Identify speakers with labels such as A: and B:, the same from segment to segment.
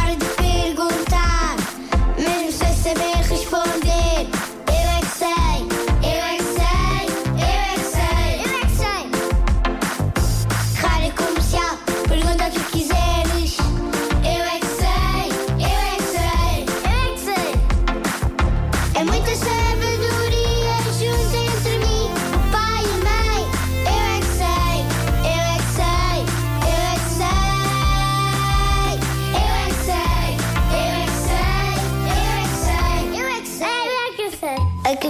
A: é é é É é é é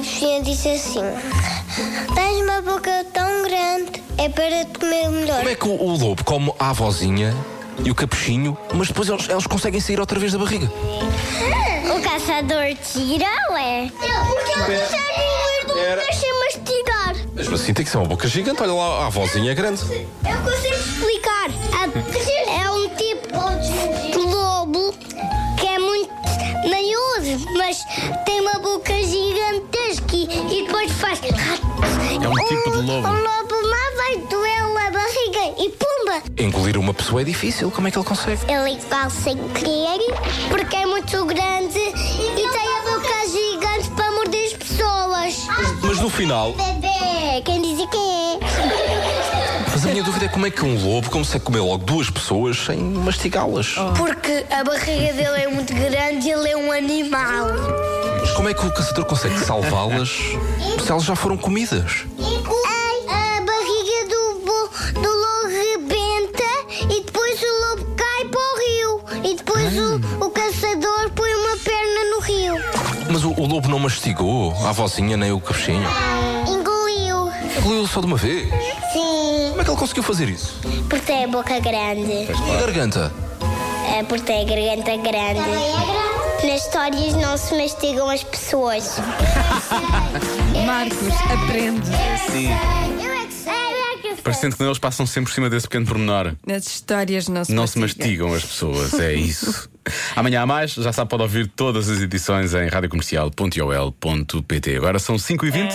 A: tia disse assim: Tens uma boca tão grande, é para te comer melhor.
B: Como é que o, o lobo come a avózinha e o capuchinho, mas depois eles, eles conseguem sair outra vez da barriga?
A: O caçador tira, ué? Não, porque ele consegue engolir do
B: Era-
A: peixe sem mastigar.
B: Mas assim tem que ser uma boca gigante, olha lá, a avózinha é grande.
A: Eu consigo explicar. É um tipo de lobo que é muito maior, mas tem uma boca gigantesca e, e depois faz. É
C: um tipo de lobo.
A: Um lobo lá vai doer a barriga e pumba!
B: Engolir uma pessoa é difícil, como é que ele consegue?
A: Ele igual sem querer, porque é muito grande e tem a boca gigante para morder as pessoas.
B: Mas no final,
A: Bebê, quem dizia quem é?
B: mas a minha dúvida é como é que um lobo consegue comer logo duas pessoas sem mastigá-las?
A: Oh. Porque a barriga dele é muito grande e ele é um animal.
B: Mas como é que o caçador consegue salvá-las se elas já foram comidas?
A: A, barriga do, bo- do lobo rebenta e depois o lobo cai para o rio. E depois o, o caçador põe uma perna no rio.
B: Mas o, o lobo não mastigou a avózinha nem o capuchinho.
A: Engoliu.
B: Engoliu só de uma vez.
A: Sim.
B: Como é que ele conseguiu fazer isso?
A: Porque tem a boca grande.
B: E a garganta?
A: É porque tem a garganta grande. Nas histórias não se mastigam as pessoas.
D: Marcos, aprende.
C: Sim.
A: é Eu é que sei, eu é que sei.
C: Parecendo que eles passam sempre por cima desse pequeno pormenor.
D: Nas histórias não se
C: Não se
D: mastiga.
C: mastigam as pessoas, é isso. Amanhã a mais, já sabe, pode ouvir todas as edições em radiocomercial.ol.pt. Agora são 5h20.